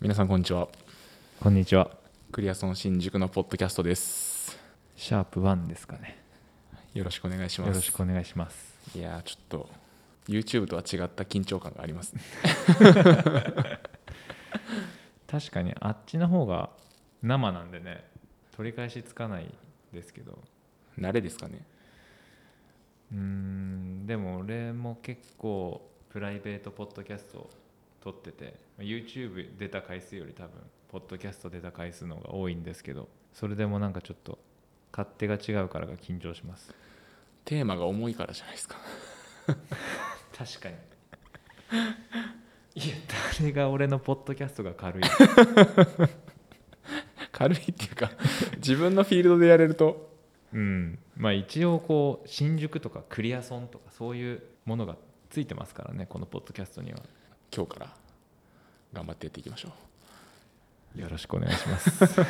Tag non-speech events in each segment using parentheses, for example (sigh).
皆さんこんにちはこんにちは。クリアソン新宿のポッドキャストですシャープ1ですかね。よろしくお願いしよますろしくお願いします。いやーちょっと YouTube とは違った緊張感がありますね確かにあっちの方が生なんでね、取り返しつかないですけど。慣れですかねうーん、でも俺も結構プライベートポッドキャストを撮ってて、YouTube 出た回数より多分、ポッドキャスト出た回数の方が多いんですけど、それでもなんかちょっと勝手が違うからが緊張します。テーマが重いからじゃないですか (laughs) 確かに。 (laughs) いや、誰が俺のポッドキャストが軽い軽いっていうか自分のフィールドでやれるとうん、まあ一応こう新宿とかクリアソンとかそういうものがついてますからねこのポッドキャストには今日から頑張ってやっていきましょうよろしくお願いします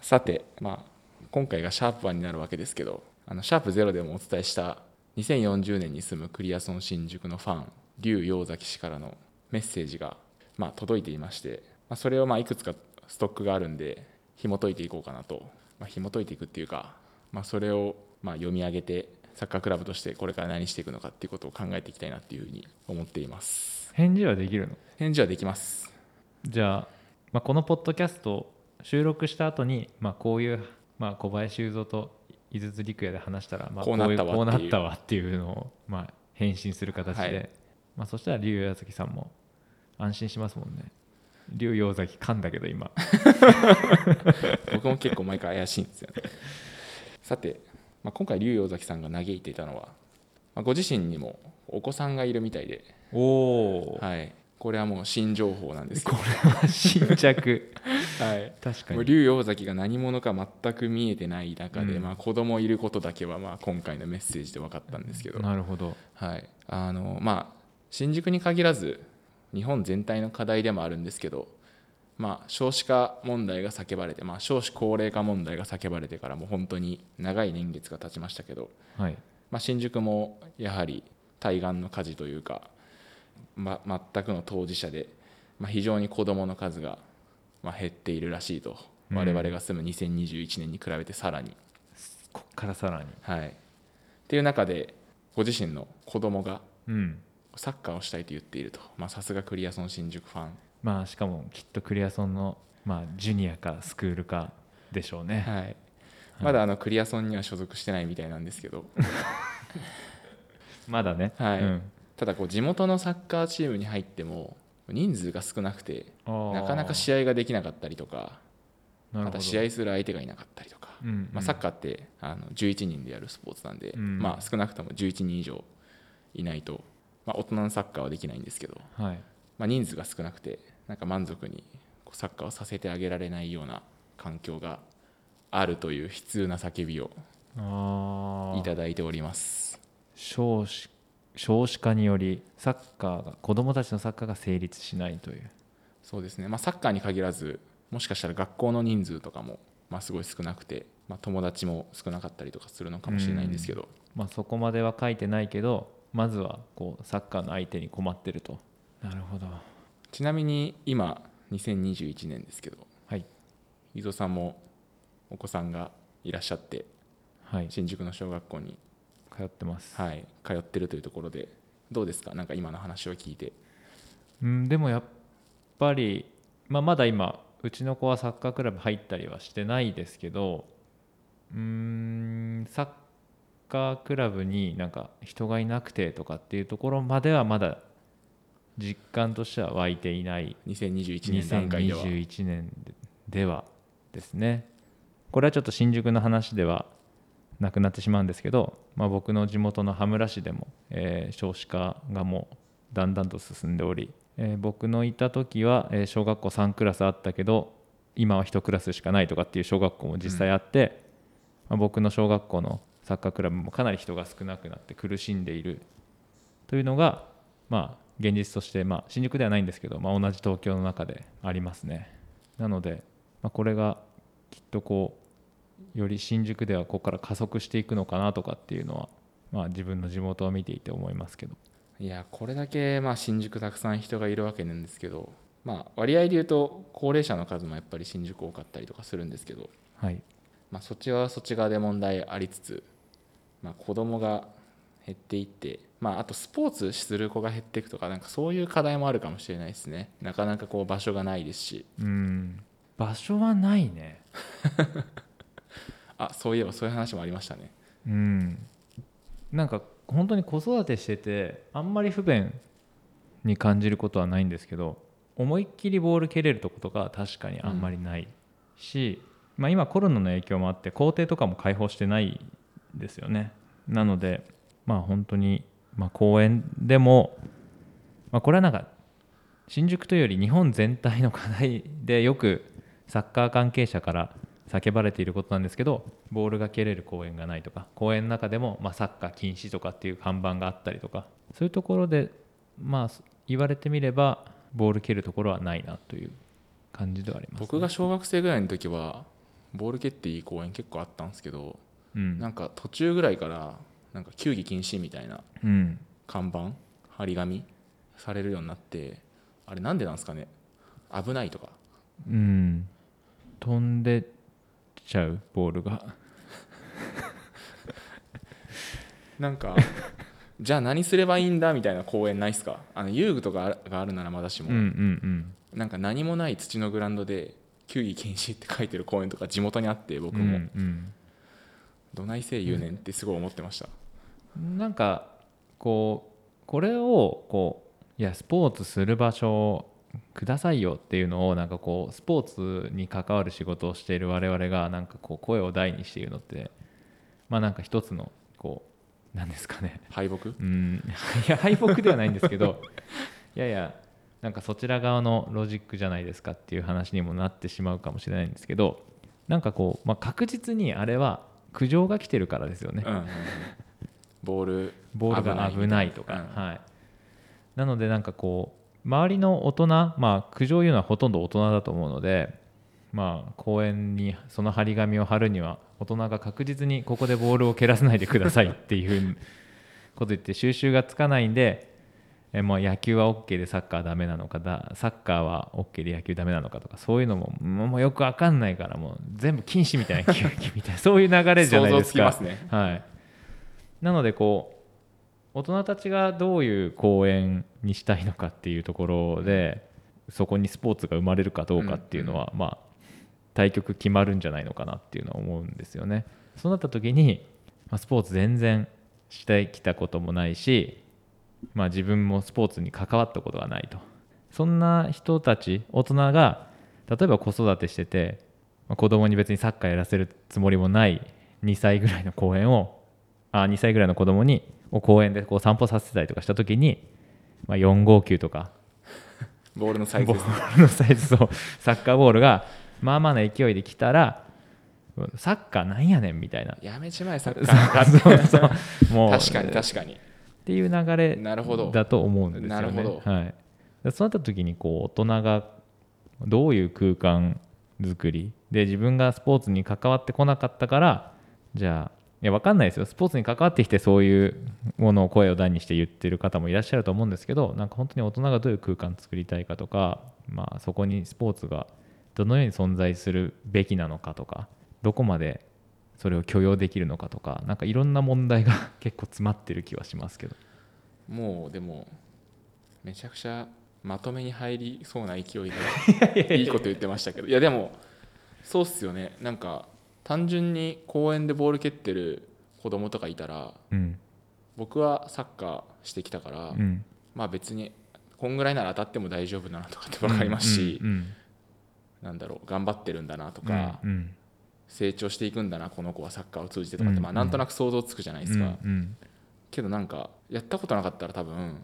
さて、まあ、今回がシャープ1になるわけですけどあのシャープ0でもお伝えした2040年に住むクリアソン新宿のファン劉陽崎氏からのメッセージが、まあ、届いていまして、まあ、それをまあいくつかストックがあるんで紐解いていこうかなと、まあ、紐解いていくっていうか、まあ、それをまあ読み上げてサッカークラブとしてこれから何していくのかっていうことを考えていきたいなっていうふうに思っています返事はできるの返事はできますじゃあ,、まあこのポッドキャストを収録した後にまあこういう、まあ、小林修三と井筒陸也で話したら、まあ、こうなったわ (laughs) こういうこうっなていうったわっていうのを、まあ、返信する形で、はいまあ、そしたら竜陽崎さんも安心しますもんね竜陽崎噛んだけど今僕も結構毎回怪しいんですよねさて、まあ、今回竜陽崎さんが嘆いていたのは、まあご自身にもお子さんがいるみたいで、おお、はい、これはもう新情報なんですけど、 (laughs) 新着はい、確かもうに竜陽崎が何者か全く見えてない中で、うんまあ、子供いることだけはまあ今回のメッセージで分かったんですけど、なるほどはいあのまあ、新宿に限らず日本全体の課題でもあるんですけど、まあ、少子化問題が叫ばれて、まあ、少子高齢化問題が叫ばれてからもう本当に長い年月が経ちましたけど、はいまあ、新宿もやはり対岸の火事というか、ま、全くの当事者で、まあ、非常に子どもの数が、まあ、減っているらしいとうん我々が住む2021年に比べてさらに。こっからさらにはい、っていう中でご自身の子供がうんサッカーをしたいと言っているとまあさすがクリアソン新宿ファン、まあしかもきっとクリアソンのまあジュニアかスクールかでしょうねはい、まだあのクリアソンには所属してないみたいなんですけ (laughs) どまだねはいうんただこう地元のサッカーチームに入っても人数が少なくてあーなかなか試合ができなかったりとかなまるほどた試合する相手がいなかったりとか、うんうんまあ、サッカーってあの11人でやるスポーツなんで、うんまあ、少なくとも11人以上いないと、まあ、大人のサッカーはできないんですけど、はいまあ、人数が少なくてなんか満足にこうサッカーをさせてあげられないような環境があるという悲痛な叫びをあいあただいております少子少子化によりサッカーが子供たちのサッカーが成立しないというそうですね、まあ、サッカーに限らずもしかしたら学校の人数とかも、まあ、すごい少なくて、まあ、友達も少なかったりとかするのかもしれないんですけど、まあそこまでは書いてないけどまずはこうサッカーの相手に困ってるとなるほどちなみに今2021年ですけどはい伊蔵さんもお子さんがいらっしゃってはい新宿の小学校に、通ってますはい、通ってるというところでどうですかなんか今の話を聞いてうん、でもやっぱり、まあ、まだ今うちの子はサッカークラブ入ったりはしてないですけどうーんサッカークラブになんか人がいなくてとかっていうところまではまだ実感としては湧いていない2021年段階では2021年ではですねこれはちょっと新宿の話ではなくなってしまうんですけど、まあ、僕の地元の羽村市でも、えー少子化がもうだんだんと進んでおり、えー僕のいた時は、えー小学校3クラスあったけど今は1クラスしかないとかっていう小学校も実際あって、まあ、僕の小学校のサッカークラブもかなり人が少なくなって苦しんでいるというのが、まあ、現実として、まあ、新宿ではないんですけど、まあ、同じ東京の中でありますねなので、まあ、これがきっとこうより新宿ではここから加速していくのかなとかっていうのは、まあ、自分の地元を見ていて思いますけどいやこれだけまあ新宿たくさん人がいるわけなんですけどまあ、割合で言うと高齢者の数もやっぱり新宿多かったりとかするんですけど、はいまあ、そっちはそっち側で問題ありつつ、まあ、子供が減っていって、まあ、あとスポーツする子が減っていくとかなんかそういう課題もあるかもしれないですねなかなかこう場所がないですしうん場所はないねあそういえばそういう話もありましたねうんなんか本当に子育てしててあんまり不便に感じることはないんですけど思いっきりボール蹴れるとことか確かにあんまりないし、まあ、今コロナの影響もあって校庭とかも開放してないですよねなのでまあ本当に、まあ、公園でも、まあ、これはなんか新宿というより日本全体の課題でよくサッカー関係者から叫ばれていることなんですけどボールが蹴れる公園がないとか公園の中でも、まあ、サッカー禁止とかっていう看板があったりとかそういうところで、まあ、言われてみればボール蹴るところはないなという感じではあります、僕が、小学生ぐらいの時はボール蹴っていい公園結構あったんですけどうんなんか途中ぐらいからなんか球技禁止みたいなうん、看板張り紙されるようになってあれなんでなんですかね危ないとかうん、飛んでっちゃうボールがなん (laughs) かじゃあ何すればいいんだみたいな公園ないっすかあの遊具とかあるがあるならまだしうも、んうんなんか何もない土のグラウンドで球技禁止って書いてる公園とか地元にあってうん僕も、うんうんどないせい言うねんってすごい思ってました、なんかこうこれをこういやスポーツする場所をくださいよっていうのをなんかこうスポーツに関わる仕事をしている我々がなんかこう声を大にしているのってまあなんか一つのこうなんですかね敗北うんいや敗北ではないんですけど (laughs) いやいやなんかそちら側のロジックじゃないですかっていう話にもなってしまうかもしれないんですけどなんかこう、まあ、確実にあれは苦情が来てるからですよねうんうんうんボールボールが危ないとか、うんはい、なのでなんかこう周りの大人まあ苦情を言うのはほとんど大人だと思うのでまあ公園にその張り紙を貼るには大人が確実にここでボールを蹴らせないでくださいっていうこと言って収集がつかないんでえもう野球は OK でサッカーはダメなのかだサッカーは OK で野球ダメなのかとかそういうのももうもうよく分かんないからもう全部禁止みたいなみたいなそういう流れじゃ想ないで像すつかきますねはい、なのでこう大人たちがどういう公園にしたいのかっていうところでそこにスポーツが生まれるかどうかっていうのは、まあ対局決まるんじゃないのかなっていうのは思うんですよね。そうなった時に、まあ、スポーツ全然してきたこともないし、まあ、自分もスポーツに関わったことがないとそんな人たち大人が例えば子育てしてて、まあ、子供に別にサッカーやらせるつもりもない2歳ぐらいの公園をあ2歳ぐらいの子供にを公園でこう散歩させたりとかした時に、まあ、4号球とか (laughs) ボールのサイズボですールのサイズそうサッカーボールがまあまあな勢いで来たらサッカーなんやねんみたいなやめちまえサッカーそうそう (laughs) もう確かに確かにっていう流れなるほどだと思うんですよね。なるほどはい、でそうなった時にこう大人がどういう空間づくりで自分がスポーツに関わってこなかったからじゃあいや分かんないですよスポーツに関わってきてそういうものを声を大にして言ってる方もいらっしゃると思うんですけどなんか本当に大人がどういう空間作りたいかとか、まあ、そこにスポーツがどのように存在するべきなのかとかどこまでそれを許容できるのかとかなんかいろんな問題が (laughs) 結構詰まってる気はしますけど。もうでもめちゃくちゃまとめに入りそうな勢いやいでいいこと言ってましたけどいやでもそうっすよねなんか単純に公園でボール蹴ってる子供とかいたらうん僕はサッカーしてきたから、うんまあ別にこんぐらいなら当たっても大丈夫だなとかって分かりますし、うんうんなんだろう頑張ってるんだなとうんか、うん成長していくんだなこの子はサッカーを通じてとかって、まうあ、んなんとなく想像つくじゃないですか、うんけどなんかやったことなかったら多分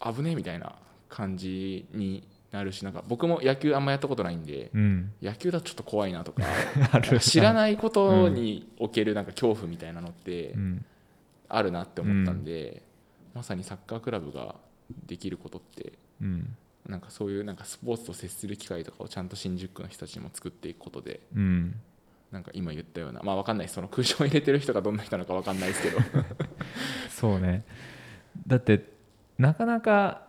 危ねえみたいな感じになるしなんか僕も野球あんまやったことないんでうんうん野球だとちょっと怖いなと (laughs) かある知らないことにおけるなんか恐怖みたいなのってうんあるなって思ったんで、まさにサッカークラブができることってうんなんかそういうなんかスポーツと接する機会とかをちゃんと新宿区の人たちにも作っていくことでうんなんか今言ったようなまあ分かんないその空想を入れてる人がどんな人なのか分かんないですけどそうねだってなかなか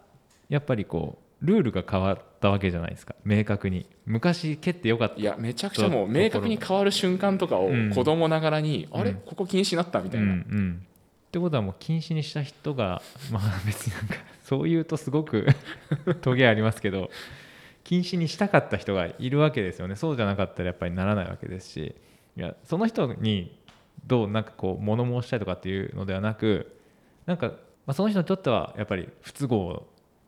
やっぱりこうルールが変わったわけじゃないですか明確に昔蹴ってよかったいやめちゃくちゃもう明確に変わる瞬間とかをうん子供ながらに、うんあれここ禁止になったみたいな、うんうん、ってことはもう禁止にした人が (laughs) まあ別になんかそう言うとす (laughs) ごくトゲありますけど禁止にしたかった人がいるわけですよねそうじゃなかったらやっぱりならないわけですしいやその人にどうなんかこう物申したいとかっていうのではなくなんか、まあ、その人にとってはやっぱり不都合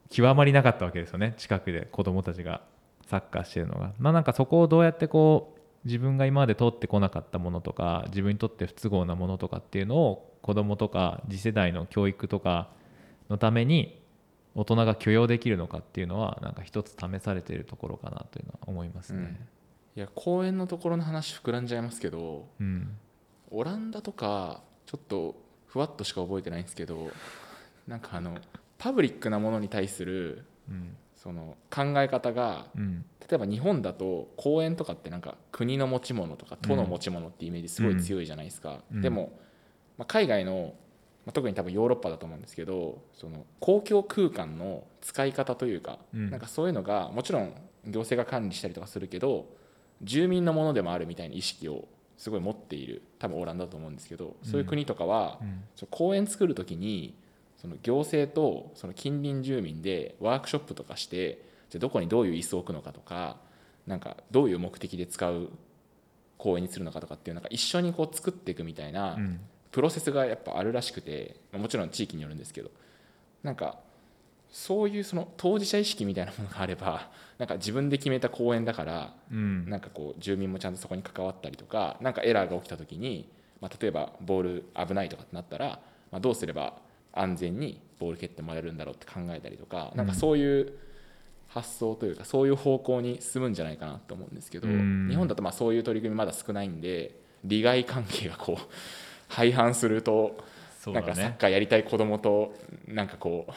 極まりなかったわけですよね近くで子供たちがサッカーしてるのが。まあ、なんかそこをどうやってこう自分が今まで通ってこなかったものとか自分にとって不都合なものとかっていうのを子どもとか次世代の教育とかのために大人が許容できるのかっていうのはなんか一つ試されているところかなというのは思いますね。いや公園のところの話膨らんじゃいますけどうんオランダとかちょっとふわっとしか覚えてないんですけどなんかあのパブリックなものに対するうんその考え方がうん例えば日本だと公園とかってなんか国の持ち物とか都の持ち物ってイメージすごい強いじゃないですか、うんでも、まあ、海外の、まあ、特に多分ヨーロッパだと思うんですけどその公共空間の使い方というか、うんなんかそういうのがもちろん行政が管理したりとかするけど住民のものでもあるみたいな意識をすごい持っている多分オランダだと思うんですけどそういう国とかは、うんその公園作る時にその行政とその近隣住民でワークショップとかしてじゃあどこにどういう椅子を置くのかとかなんかどういう目的で使う公園にするのかとかっていうなんか一緒にこう作っていくみたいなうんプロセスがやっぱあるらしくてまあもちろん地域によるんですけどなんかそういうその当事者意識みたいなものがあればなんか自分で決めた公園だからうんなんかこう住民もちゃんとそこに関わったりとかなんかエラーが起きた時に、まあ、例えばボール危ないとかってなったら、まあ、どうすれば安全にボール蹴ってもらえるんだろうって考えたりとかなんかそういう発想というかそういう方向に進むんじゃないかなと思うんですけどうん日本だとまあそういう取り組みまだ少ないんで利害関係がこう (laughs) 廃反するとそうなんだかサッねカーやりたい子供となんかこう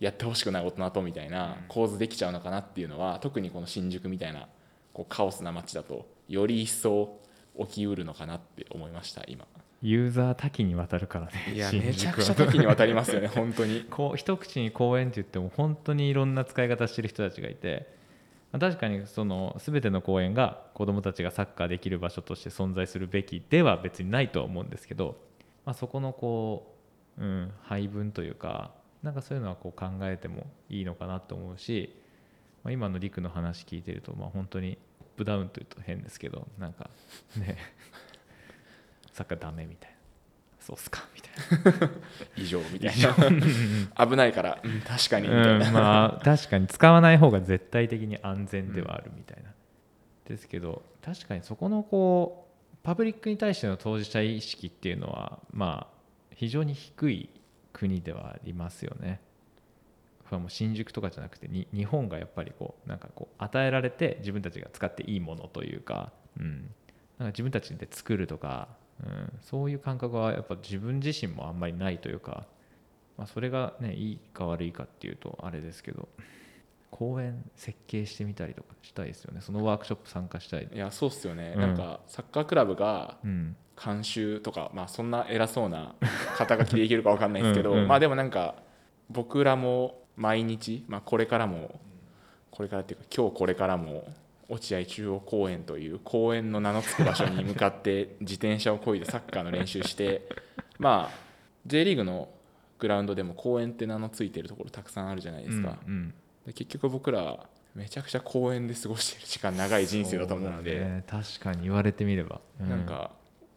やってほしくない大人とみたいな構図できちゃうのかなっていうのは特にこの新宿みたいなこうカオスな街だとより一層起きうるのかなって思いました今ユーザー多岐にわたるからねいや新めちゃ宿くちゃは多岐にわたりますよね本当にこう一口に公園って言っても本当にいろんな使い方してる人たちがいてまあ確かにその全ての公園が子どもたちがサッカーできる場所として存在するべきでは別にないとは思うんですけど、まあ、そこのこう、うん、配分というかなんかそういうのはこう考えてもいいのかなと思うし、まあ、今の陸の話聞いてるとまあ本当にアップダウンというと変ですけどなんかね (laughs) サッカーダメみたいなそうっすかみたいな。 (laughs) 以上みたい (laughs) な危ないから、うん確かにみたいな、うん、まあ確かに使わない方が絶対的に安全ではあるみたいな、ですけど確かにそこのこうパブリックに対しての当事者意識っていうのはまあ非常に低い国ではありますよねこれはもう新宿とかじゃなくてに日本がやっぱりこうなんかこう与えられて自分たちが使っていいものというか,、うん、なんか自分たちで作るとか、うん、そういう感覚はやっぱ自分自身もあんまりないというか、まあ、それがねいいか悪いかっていうとあれですけど公園設計してみたりとかしたいですよねそのワークショップ参加したい、いやそうっすよね、うんなんかサッカークラブがうん、監修とか、まあ、そんな偉そうな肩書きでいけるか分かんないですけどうんうんまあでもなんか僕らも毎日、まあ、これからもこれからっていうか今日これからも落合中央公園という公園の名の付く場所に向かって自転車をこいでサッカーの練習して (laughs) まあ J リーグのグラウンドでも公園って名の付いてるところたくさんあるじゃないですか、うんうんで結局僕らめちゃくちゃ公園で過ごしてる時間長い人生だと思うので。そうだね確かに言われてみれば、うなんか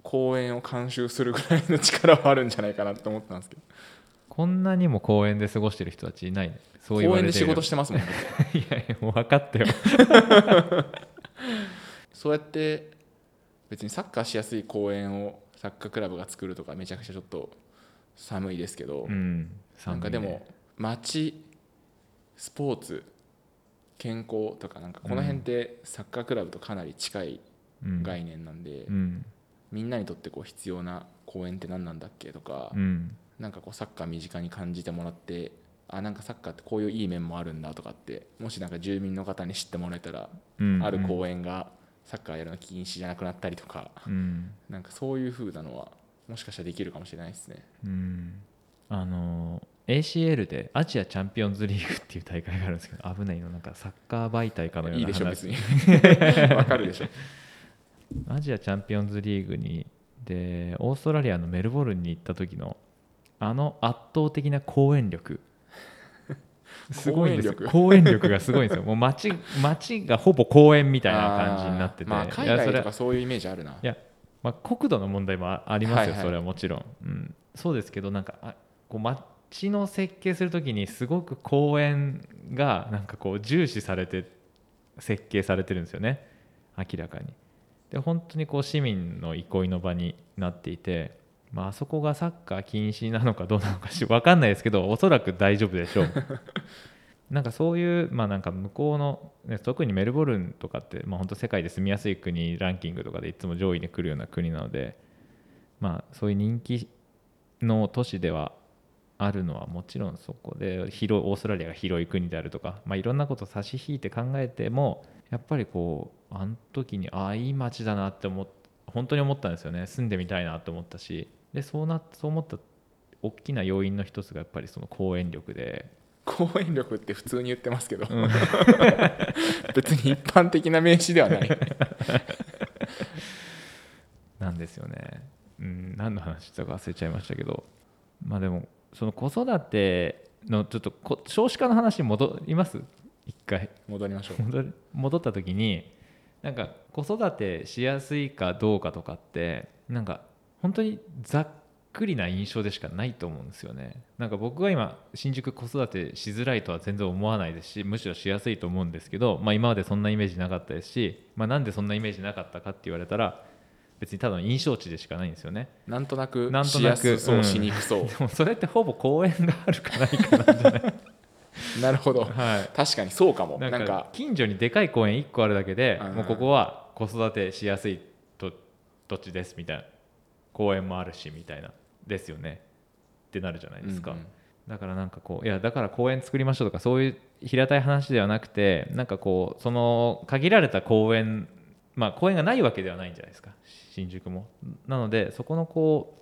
公園を監修するぐらいの力はあるんじゃないかなと思ったんですけどこんなにも公園で過ごしてる人たちいないねそう言公わ園れでて仕みれ事ばしてますもんねいやいやもう分かったよそうやって別にサッカーしやすい公園をサッカークラブが作るとかめちゃくちゃちょっと寒いですけど、うんなんか寒いねでも街スポーツ健康とかなんかこの辺ってサッカークラブとかなり近いうん概念なんで、うんみんなにとってこう必要な公園って何なんだっけとか、うんなんかこうサッカー身近に感じてもらってあなんかサッカーってこういういい面もあるんだとかってもしなんか住民の方に知ってもらえたら、うんある公園がサッカーやるの禁止じゃなくなったりとかうんなんかそういう風なのはもしかしたらできるかもしれないですね。うんあのー ACL でアジアチャンピオンズリーグっていう大会があるんですけど危ないのなんかサッカー媒体かのようないいでしょ別話に (laughs) わかるでしょアジアチャンピオンズリーグにでオーストラリアのメルボルンに行った時のあの圧倒的な講演力 (laughs) すごいんですよ講演力がすごいんですよもう街街がほぼ公園みたいな感じになってて、あーまあ、海いやそ外れとはかそういうイメージあるないや、まあ、国土の問題もあありますよ、はいはいそれはもちろん、うん、そうですけどなんかあこう街の設計するときにすごく公園がなんかこう重視されて設計されてるんですよね明らかにで本当にこう市民の憩いの場になっていて、まああそこがサッカー禁止なのかどうなのかし分かんないですけどおそらく大丈夫でしょうなんかそういう、まあ、なんか向こうの、ね、特にメルボルンとかって、まあ、本当世界で住みやすい国ランキングとかでいつも上位に来るような国なので、まあ、そういう人気の都市ではあるのはもちろんそこで広いオーストラリアが広い国であるとか、まあ、いろんなことを差し引いて考えてもやっぱりこうあの時にああいい街だなって思っ本当に思ったんですよね住んでみたいなと思ったしでそうなそう思った大きな要因の一つがやっぱりその講演力で講演力って普通に言ってますけど、 (laughs) 別に一般的な名詞ではないなんですよね。うん、何の話したか忘れちゃいましたけど、まあでも、その子育てのちょっとこ少子化の話に戻ります一回戻りましょう戻る戻った時になんか子育てしやすいかどうかとかってなんか本当にざっくりな印象でしかないと思うんですよねなんか僕は今新宿子育てしづらいとは全然思わないですしむしろしやすいと思うんですけど、まあ、今までそんなイメージなかったですし、まあ、なんでそんなイメージなかったかって言われたら別にただの印象値でしかないんですよねなんとなくなんとしなやすくそう、うんしにくそでもそれってほぼ公園があるかないかなんじゃないうなるほど、はい確かにそうかもななんんかか近所にでかい公園1個あるだけでうんもうここは子育てしやすいと土地ですみたいな公園もあるしみたいなですよねってなるじゃないですうか、んうんだからなんかこういやだから公園作りましょうとかそういう平たい話ではなくてなんかこうその限られた公園まあ公園がないわけではないんじゃないですか新宿もなのでそこのこ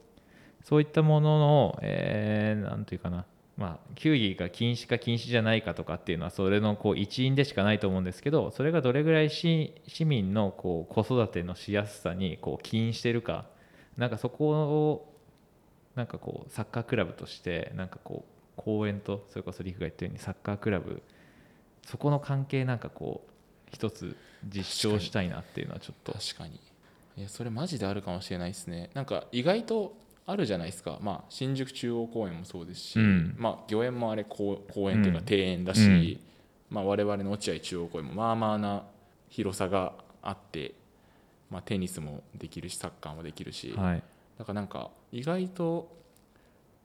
うそういったものの、えーなんていうかなまあ球技が禁止か禁止じゃないかとかっていうのはそれのこう一因でしかないと思うんですけどそれがどれぐらい市市民のこう子育てのしやすさにこう起因してるかなんかそこをなんかこうサッカークラブとしてなんかこう公園とそれこそ陸が言ったようにサッカークラブそこの関係なんかこう一つ実証したいなっていうのはちょっと確かにいやそれマジであるかもしれないですねなんか意外とあるじゃないですか、まあ、新宿中央公園もそうですし、うんまあ、御苑もあれ公公園というかう庭ん園だし、うんまあ、我々の落合中央公園もまあまあな広さがあって、まあ、テニスもできるしサッカーもできるし、はいだからなんか意外と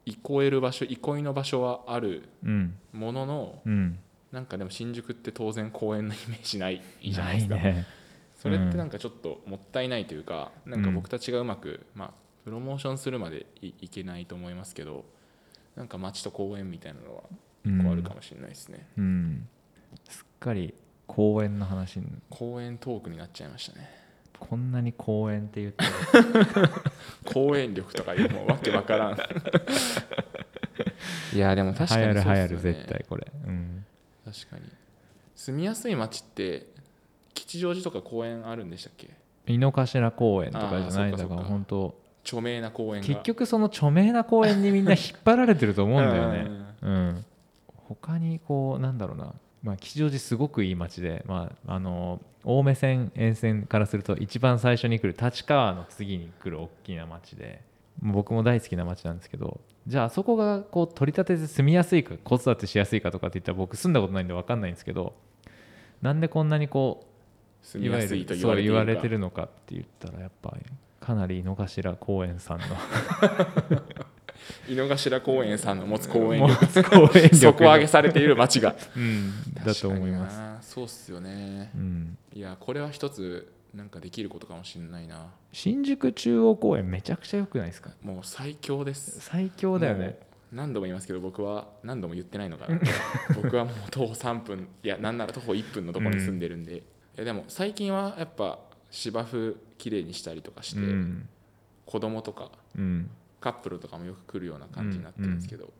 憩える場所憩いの場所はあるうんもののうんなんかでも新宿って当然公園のイメージないじゃなないですいか。ねそれってなんかちょっともったいないというか、なんか僕たちがうまく、まあ、プロモーションするまでいいけないと思いますけどなんか街と公園みたいなのはこうあるかもしれないですね、うん、うんすっかり公園の話に公園トークになっちゃいましたねこんなに公園って言って (laughs) 公園力とかいうもうわけわから (laughs) んいやでも確か流に行そうですよねる流行る絶対これうん確かに住みやすい街って吉祥寺とか公園あるんでしたっけ井の頭公園とかじゃないんあーだそっかそっかから本当著名な公園が結局その著名な公園にみんな引っ張られてると思うんだよねうん、他にこうなんだろうな、まあ、吉祥寺すごくいい街で、まあ、あの青梅線沿線からすると一番最初に来る立川の次に来る大きな街で僕も大好きな街なんですけどじゃああそこがこう取り立てて住みやすいか子育てしやすいかとかって言ったら僕住んだことないんで分かんないんですけどなんでこんなにこう住みやすいと言そうわれてい言るかわれてるのかって言ったらやっぱかなり井の頭公園さんの井の頭公園さんの持つ公園もう力公園力底上げされている街がうん (laughs) だと思います。すそうっすよねうんいやこれは一つなんかできることかもしれないな新宿中央公園めちゃくちゃ良くないですかもう最強です最強だよねもう何度も言いますけど僕は何度も言ってないの (laughs) かな僕はもう徒歩3分いやなんなら徒歩1分のところに住んでるんで、いやでも最近はやっぱ芝生きれいにしたりとかして、うん子供とかうんカップルとかもよく来るような感じになってるんですけど、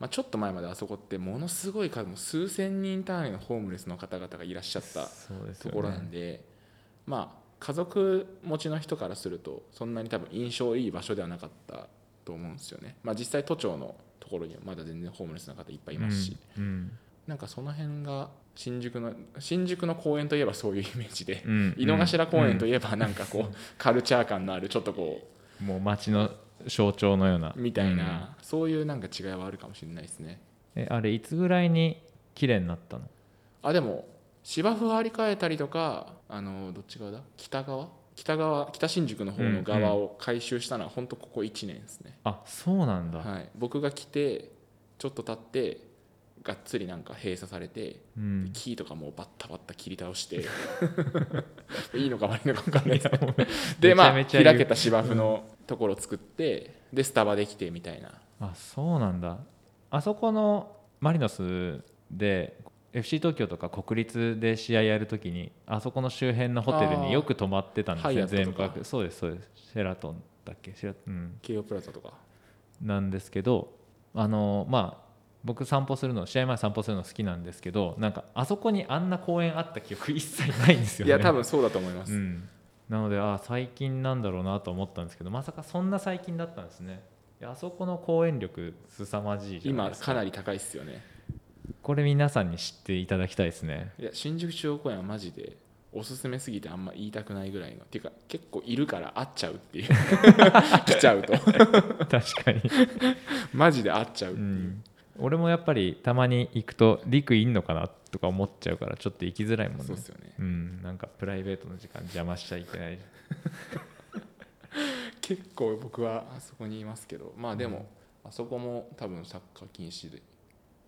まあ、ちょっと前まであそこってものすごい数もう数千人単位のホームレスの方々がいらっしゃったそうですとよねころなんでまあ家族持ちの人からするとそんなに多分印象いい場所ではなかったと思うんですよね、まあ、実際都庁のところにはまだ全然ホームレスの方いっぱいいますし、うんなんかその辺が新宿の新宿の公園といえばそういうイメージで、うん井の頭公園といえばなんかこう、カルチャー感のあるちょっとこうんもう街の象徴のようなうみたいな、そういうなんか違いはあるかもしれないですねうんえあれいつぐらいに綺麗になったのあでも芝生張り替えたりとかあのどっち側だ北側北側北新宿の方の側を改修したのは本当ここ1年ですね、あそうなんだ、はい、僕が来てちょっと経ってがっつりなんか閉鎖されてうん、木とかもうバッタバッタ切り倒して (laughs) いいのか悪いのか分かんないですけどでめちまあゃめちゃ言う開けた芝生のところを作って、でスタバできてみたいなあそうなんだあそこのマリノスで FC 東京とか国立で試合やるときにあそこの周辺のホテルあーによく泊まってたんですハイアねット全とか泊そうですそうですシェラトンだっけシェラ、うん、京王プラザとかなんですけどあのまあ僕散歩するの試合前散歩するの好きなんですけどなんかあそこにあんな公園あった記憶一 (laughs) 切ないんですよいねや多分そうだと思います、うん、なのであ最近なんだろうなと思ったんですけどまさかそんな最近だったんですねいやあそこの公演力凄まじいじゃない今ですかなり高いですよねこれ皆さんに知っていただきたいですね (laughs) いや新宿中央公園はマジでおすすめすぎてあんま言いたくないぐらいのっていうか結構いるから会っちゃうっていう (laughs) 来ちゃうと (laughs) 確かに、マジで会っちゃうっうていう、ん、俺もやっぱりたまに行くと陸いんのかなとか思っちゃうからちょっと行きづらいもんねそうですよねうん、なんかプライベートの時間邪魔しちゃいけない結構僕はあそこにいますけどまあでも、あそこも多分サッカー禁止で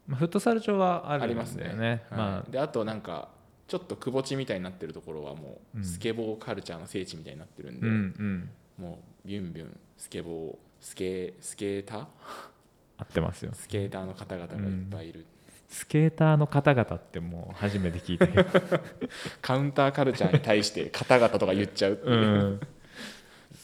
まあフットサル場はああるりんだまよすねねまあはい、であとなんかちょっとくぼ地みたいになってるところはもうんうスケボーカルチャーの聖地みたいになってるんうで、んうんもうビュンビュンスケボースケスケーター合ってますよスケーターの方々がいっぱいいる、スケーターの方々ってもう初めて聞いたけどカウンターカルチャーに対して方々とか言っちゃうっていうう、ん、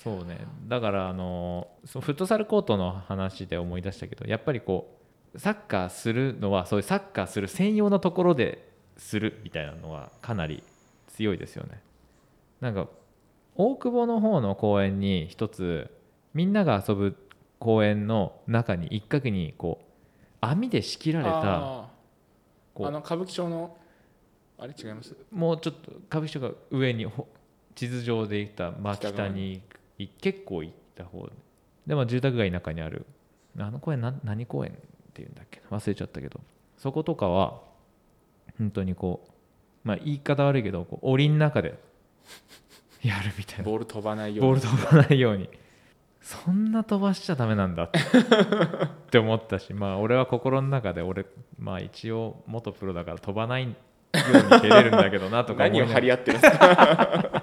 そうねだからあのそのフットサルコートの話で思い出したけどやっぱりこうサッカーするのはそういうサッカーする専用のところでするみたいなのはかなり強いですよねなんか大久保の方の公園に一つみんなが遊ぶ公園の中に一角にこう網で仕切られたあこーうあの歌舞伎町のあれ違いますもうちょっと歌舞伎町が上にほ地図上で行った真北側北に行く結構行った方で、まあ、住宅街の中にあるあの公園なん何公園っていうんだっけな忘れちゃったけどそことかは本当にこう、まあ、言い方悪いけどこう檻の中でやるみたいなボール飛ばないよボうールに飛ばないようにそんな飛ばしちゃダメなんだって思ったしまあ俺は心の中で俺まあ一応元プロだから飛ばないように蹴れるんだけどなとか思何いなを張がらり合ってるんですか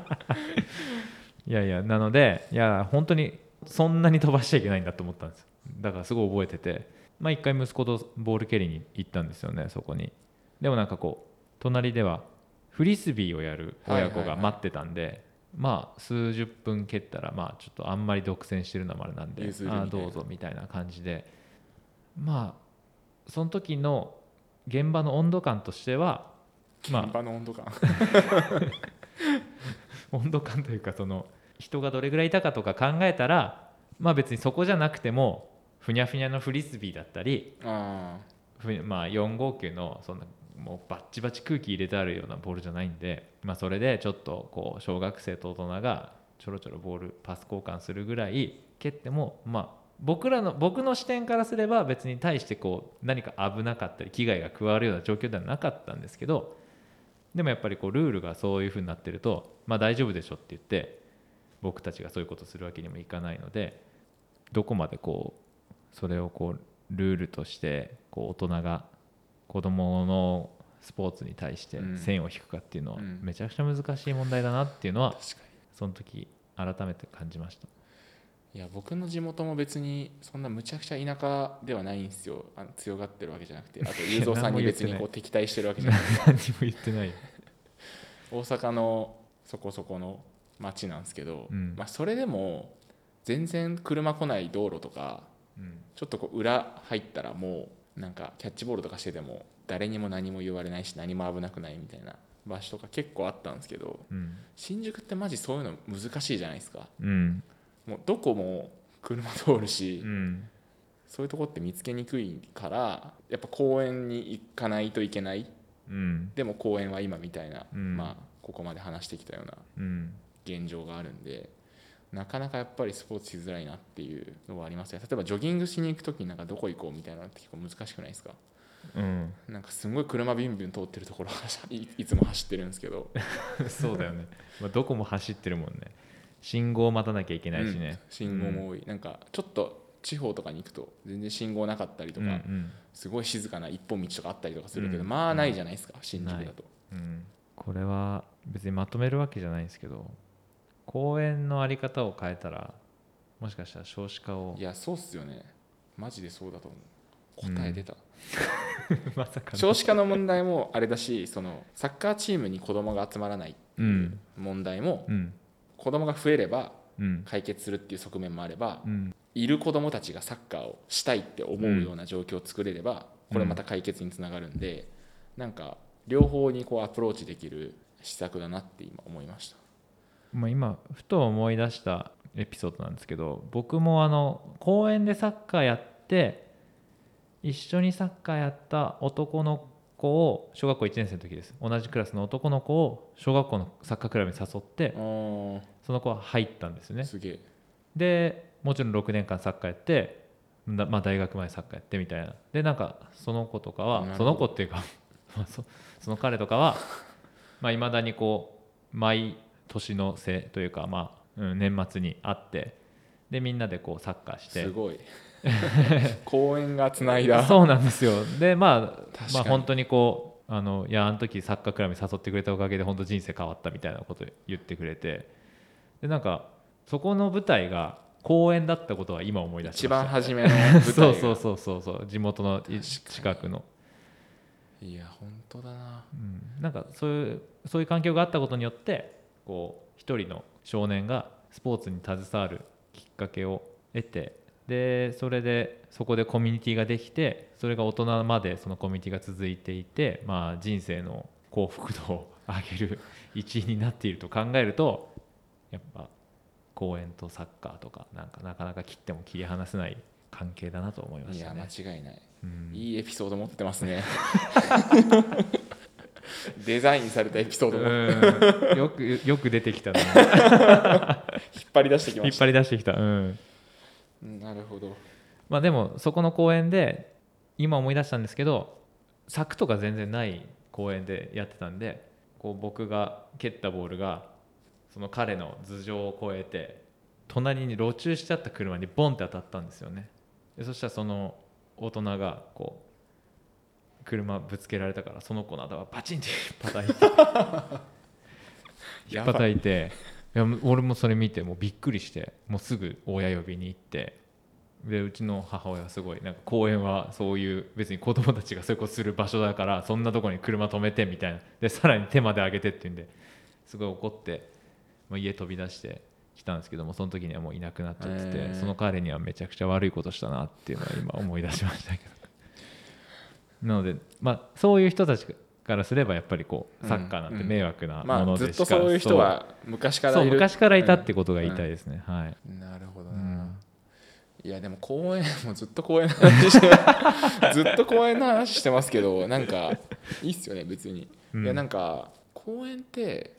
いやいやなのでいや本当にそんなに飛ばしちゃいけないんだと思ったんですよだからすごい覚えててまあ一回息子とボール蹴りに行ったんですよねそこにでもなんかこう隣ではフリスビーをやる親子はいはいがはい待ってたんで、まあ数十分蹴ったらまあちょっとあんまり独占してるのもあれなんで譲るみたあいなあどうぞみたいな感じでまあその時の現場の温度感としては (laughs) まあ現場の温 (laughs) 度感温度感というかその人がどれぐらいいたかとか考えたらまあ別にそこじゃなくてもふにゃふにゃのフリスビーだったりあふにまあ4号球のそんなもうバッチバチ空気入れてあるようなボールじゃないんで、まあ、それでちょっとこう小学生と大人がちょろちょろボールパス交換するぐらい蹴ってもまあ僕らの僕の視点からすれば別に対してこう何か危なかったり危害が加わるような状況ではなかったんですけどでもやっぱりこうルールがそういうふうになってると、まあ、大丈夫でしょって言って僕たちがそういうことするわけにもいかないのでどこまでこうそれをこうルールとしてこう大人が子どものスポーツに対してうん線を引くかっていうのはうんめちゃくちゃ難しい問題だなっていうのはあ確かその時改めて感じました。 (laughs) にいや僕の地元も別にそんなむちゃくちゃ田舎ではないんですよあの強がってるわけじゃなくてあと雄三さんに別にこう敵対してるわけじゃなくて何も言ってないよ。大阪のそこそこの町なんですけど、うんまあ、それでも全然車来ない道路とかちょっとこう裏入ったらもうなんかキャッチボールとかしてても誰にも何も言われないし何も危なくないみたいな場所とか結構あったんですけどうん新宿ってマジそういうの難しいじゃないですかうんもうどこも車通るし、うんそういうとこって見つけにくいからやっぱ公園に行かないといけないうんでも公園は今みたいな、うんまあここまで話してきたようなうん現状があるんでなかなかやっぱりスポーツしづらいなっていうのはありますね例えばジョギングしに行く時になんかどこ行こうみたいなのって結構難しくないですかうんなんかすごい車ビュンビュン通ってるところ (laughs) いいつも走ってるんですけど (laughs) そうだよね、まあ、どこも走ってるもんね信号を待たなきゃいけないしうんね、信号も多い、なんかちょっと地方とかに行くと全然信号なかったりとうんか、うんすごい静かな一本道とかあったりとかするけど、うんまあないじゃないですか、新宿だとうんこれは別にまとめるわけじゃないんですけど公園のあり方を変えたらもしかしたら少子化をいやそうっすよねマジでそうだと思う答え出た、 (laughs) まさかの少子化の問題もあれだしそのサッカーチームに子供が集まらないっていう問題もうん子供が増えればうん解決するっていう側面もあればうんいる子供たちがサッカーをしたいって思うような状況を作れればうんこれまた解決につながるんでなんか両方にこうアプローチできる施策だなって今思いましたまあ、今ふと思い出したエピソードなんですけど僕もあの公園でサッカーやって一緒にサッカーやった男の子を小学校1年生の時です同じクラスの男の子を小学校のサッカークラブに誘ってあーその子は入ったんですねすげえでもちろん6年間サッカーやってだまあ、大学前サッカーやってみたいなでなんかその子とかなはるそほどの子っていうか (laughs) まあそその彼とかはいまあ、未だにこう毎年のせというか、まあうん、年末に会ってでみんなでこうサッカーしてす (laughs) ごい公園がつないだそうなんですよでまあ確かにまあ本当にこうあのいやあの時サッカークラブに誘ってくれたおかげで本当人生変わったみたいなこと言ってくれてでなんかそこの舞台が公園だったことは今思い出し一ました番初めの舞台がそう (laughs) そうそうそうそう地元のにい近くの、いや本当だなうんなんかそういうそういう環境があったことによってこう一人の少年がスポーツに携わるきっかけを得てでそれでそこでコミュニティができてそれが大人までそのコミュニティが続いていて、まあ、人生の幸福度を上げる (laughs) 一因になっていると考えるとやっぱ公園とサッカーとかなんかなかなか切っても切り離せない関係だなと思いまいしたやね。間違いないうんいいエピソード持ってます (laughs) ねデザインされたエピソードをうんよくよく出てきたな引っ張り出してきま引っした張り出してきた、うんうんなるほどまあでもそこの公園で今思い出したんですけど柵とか全然ない公園でやってたんでこう僕が蹴ったボールがその彼の頭上を越えて隣に路駐してあった車にボンって当たったんですよねでそしたらその大人がこう車ぶつけられたからその子の頭がパチンって叩いてやばい叩いていや俺もそれ見てもうびっくりしてもうすぐ親呼びに行ってでうちの母親はすごいなんか公園はそういう別に子供たちがそういうことする場所だからそんなとこに車止めてみたいなでさらに手まで上げてっていうんですごい怒って、まあ、家飛び出してきたんですけどもその時にはもういなくなっちゃってへて、ーその彼にはめちゃくちゃ悪いことしたなっていうのは今思い出しましたけど。 (laughs) なので、まあ、そういう人たちからすればやっぱりこうサッカーなんて迷惑なもまあのずっでしとか、そういう人は昔からいるそう昔からいたってことが言いたいですね、はい、うんなるほどうな、んいやでも公園もうずっと公園の話して (laughs) ずっと公園の話してますけどなんかいいっすよね別に、うんいやなんか公園って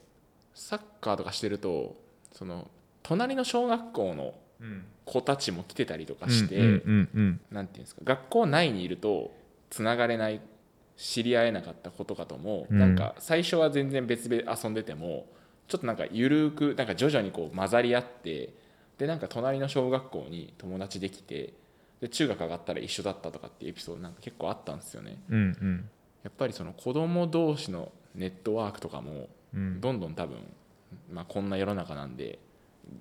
サッカーとかしてるとその隣の小学校のうん子たちも来てたりとかして、うんうんうんなんていうんですか学校内にいるとつながれない知り合えなかった子とかとも、うんなんか最初は全然別で遊んでてもちょっとなんかゆるくなんか徐々にこう混ざり合ってでなんか隣の小学校に友達できてで中学上がったら一緒だったとかっていうエピソードなんか結構あったんですよねうんうんやっぱりその子供同士のネットワークとかもうんどんどん多分、まあ、こんな世の中なんで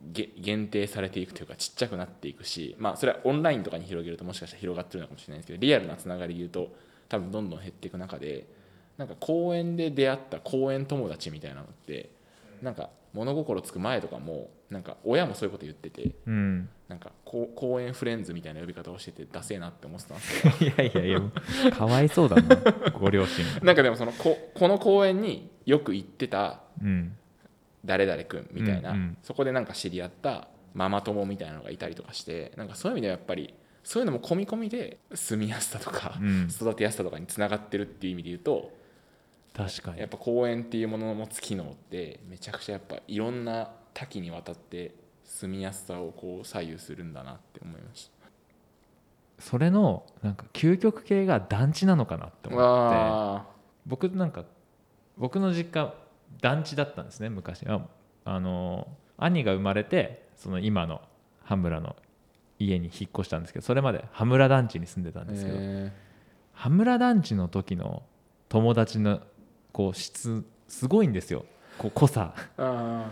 げ限定されていくというかちっちゃくなっていくし、まあ、それはオンラインとかに広げるともしかしたら広がってるのかもしれないですけどリアルなつながりで言うと多分どんどん減っていく中でなんか公園で出会った公園友達みたいなのってなんか物心つく前とかもなんか親もそういうこと言っててうん、なんかこう公園フレンズみたいな呼び方をしててダセえなって思ってたんですけいやいやいやかわいそうだ (laughs) なご両親どなんかでもそのここの公園によく行ってたうん誰々君みたいな、うんうんそこでなんか知り合ったママ友みたいなのがいたりとかしてなんかそういう意味ではやっぱりそういうのも込み込みで住みやすさとか、うん育てやすさとかにつながってるっていう意味で言うと確かにやっぱ公園っていうものの持つ機能ってめちゃくちゃやっぱいろんな多岐にわたって住みやすさをこう左右するんだなって思いましそれのなんか究極系が団地なのかなった。て思ってわ僕なんか僕の実家団地だったんですね昔ああの兄が生まれてその今の羽村の家に引っ越したんですけどそれまで羽村団地に住んでたんーですけど、え羽村団地の時の友達のこう質すごいんですよこう濃さーあ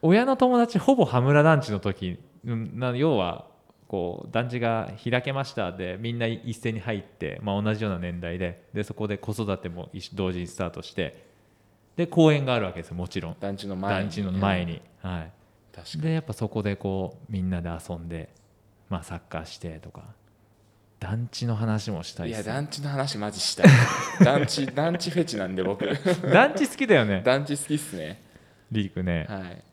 親の友達ほぼ羽村団地の時うんな要はこう団地が開けましたでみんな一斉に入って、まあ、同じような年代ででそこで子育ても一緒同時にスタートしてで公園があるわけですよもちろんー団地の前に団地の前に、は確い、かにでやっぱそこでこうみんなで遊んで、まあ、サッカーしてとか団地の話もしたいいでやすね団地の話マジしたい団地団地フェチなんで僕 (laughs) (laughs) 団地好きだよね団地好きっすねリークね、はい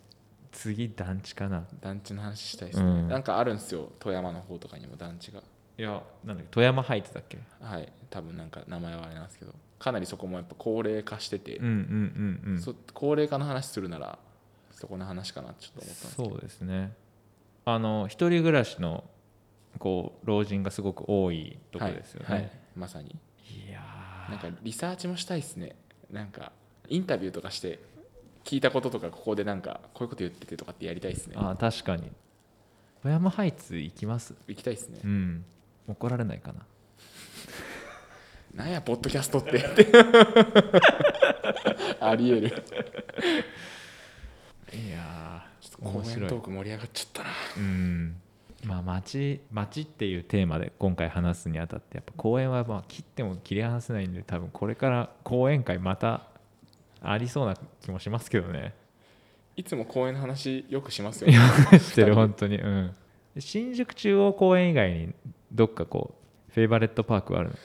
次団地かな団地の話したいっすね、うんなんかあるんですよ富山の方とかにも団地がいやなんだっけ富山ハイツだっけはい多分なんか名前はあれなんですけどかなりそこもやっぱ高齢化しててうん、うんうんうんそ高齢化の話するならそこの話かなってちょっと思ったんですけどそうですねあの一人暮らしのこう老人がすごく多いとこですよね、はいいはいまさにやなんかリサーチもしたいですねなんかインタビューとかして聞いたこととかここでなんかこういうこと言っててとかってやりたいですねーあー確かに富山ハイツ行きます行きたいですねうん怒られないかななんやポッドキャストって (laughs) ってありえるいやちょっと面公白い園トーク盛り上がっちゃったなうんまあ町町っていうテーマで今回話すにあたってやっぱ公園はまあ切っても切り離せないんで多分これから講演会またありそうな気もしますけどねいつも公園の話よくしますよねしてる本当にうん新宿中央公園以外にどっかこうフェイバレットパークはあるの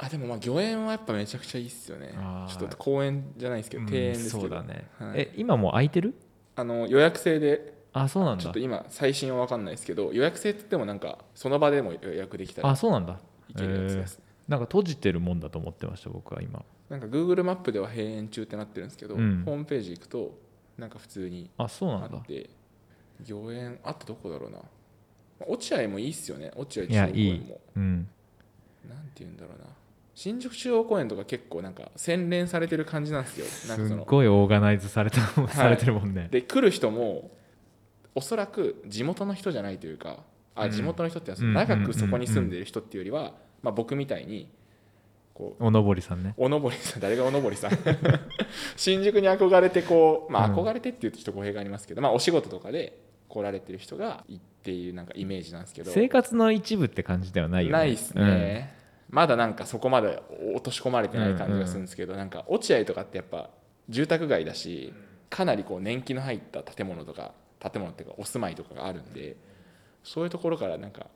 あでもまあ御苑はやっぱめちゃくちゃいいっすよねあーちょっと公園じゃないですけど庭園ですけど、うんそうだね、はいえ今もう空いてるあの予約制であそうなんちょだっと今最新は分かんないですけど予約制って言ってもなんかその場でも予約できたらあそうなんだいけるやつです、えーなんか閉じてるもんだと思ってました僕は今なんか Google マップでは閉園中ってなってるんですけど、うんホームページ行くとなんか普通にあそうなあんだって御苑あってどこだろうなまあ落合もいいっすよね落合い中央や公い園いもうんなんて言うんだろうな新宿中央公園とか結構なんか洗練されてる感じなんですよなんすかっそのごいオーガナイズ (laughs) された、いされてるもんねで来る人もおそらく地元の人じゃないというかうあん地元の人ってのはうん長くそこに住んでる人っていうよりは、まあ、僕みたいにこうおのぼりさんねおのぼりさん誰がおのぼり (laughs) さん新宿に憧れてこう、まあ、うん憧れてっていうとちょっと語弊がありますけど、まあ、お仕事とかで来られてる人が行っているなんかイメージなんですけど生活の一部って感じではないよねないですね、まだなんかそこまで落とし込まれてない感じがするんですけど、なんか落合とかってやっぱ住宅街だしかなりこう年季の入った建物とか建物っていうかお住まいとかがあるんでそういうところからなんか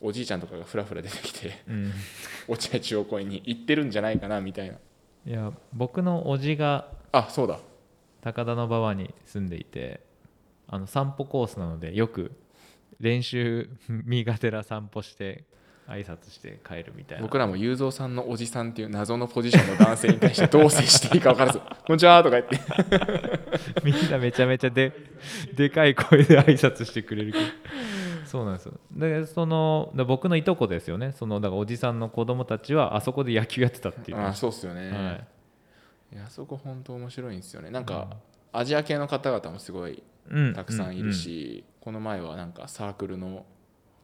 おじいちゃんとかがふらふら出てきてうん、 (laughs) 落合中央公園に行ってるんじゃないかなみたいないや僕の叔父があそうだ高田馬場に住んでいてあの散歩コースなのでよく練習身がてら散歩して挨拶して帰るみたいな僕らも雄三さんのおじさんっていう謎のポジションの男性に対してどう接していいか分からず「こんにちは」とか言って (laughs) みんなめちゃめちゃででかい声で挨拶してくれるけどそうなんですよでそので僕のいとこですよねそのだからおじさんの子供たちはあそこで野球やってたっていう、あそうっすよね、はいいやそこ本当面白いんですよねなんか、アジア系の方々もすごいうん、たくさんいるし、この前はなんかサークルの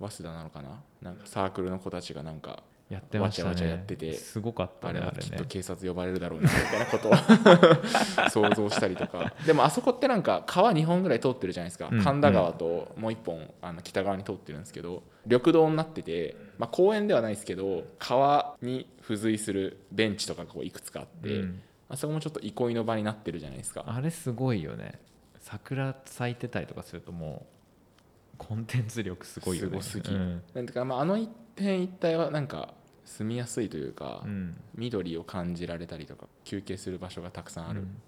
早稲田なのかななんかサークルの子たちがなんかやってましたねわちゃわちゃやっててすごかったあねれあはれきっねと警察呼ばれるだろうなみたいなことを (laughs) 想像したりとかでもあそこってなんか川2本ぐらい通ってるじゃないですか、うん神田川ともう1本あの北側に通ってるんですけど緑道になってて、まあ、公園ではないですけど川に付随するベンチとかがこういくつかあって、うんあそこもちょっと憩いの場になってるじゃないですかあれすごいよね桜咲いてたりとかするともうコンテンツ力すごいよねすごすぎうんなんていうか、まあ、あの一辺一帯はなんか住みやすいというか、うん緑を感じられたりとか休憩する場所がたくさんある、うん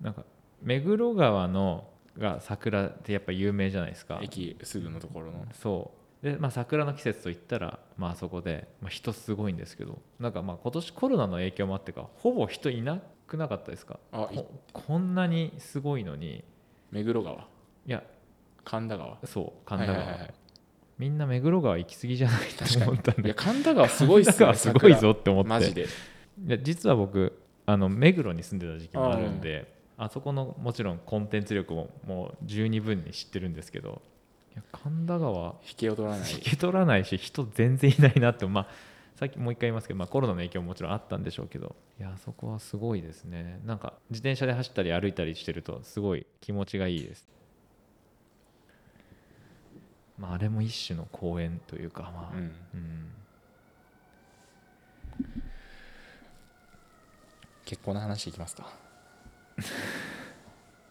なんか目黒川のが桜ってやっぱ有名じゃないですか駅すぐのところのそうで、まあ、桜の季節といったら、まああそこで、まあ、人すごいんですけどなんかまあ今年コロナの影響もあってかほぼ人いなくなかったですかあいここんなにすごいのに目黒川いや神田川そう神田川、はいはいはいみんな目黒川行き過ぎじゃない確と思っかたんにいでや神田川すごいっすよねすごいぞって思ってマジでいや実は僕あの目黒に住んでた時期もあるんであそこのもちろんコンテンツ力ももう十二分に知ってるんですけどいや神田川引けを取らない引け取らないし人全然いないなってまあさっきもう一回言いますけど、まあ、コロナの影響ももちろんあったんでしょうけどいやあそこはすごいですねなんか自転車で走ったり歩いたりしてるとすごい気持ちがいいです、まあ、あれも一種の公園というかまあ、うんうん結婚の話いきますか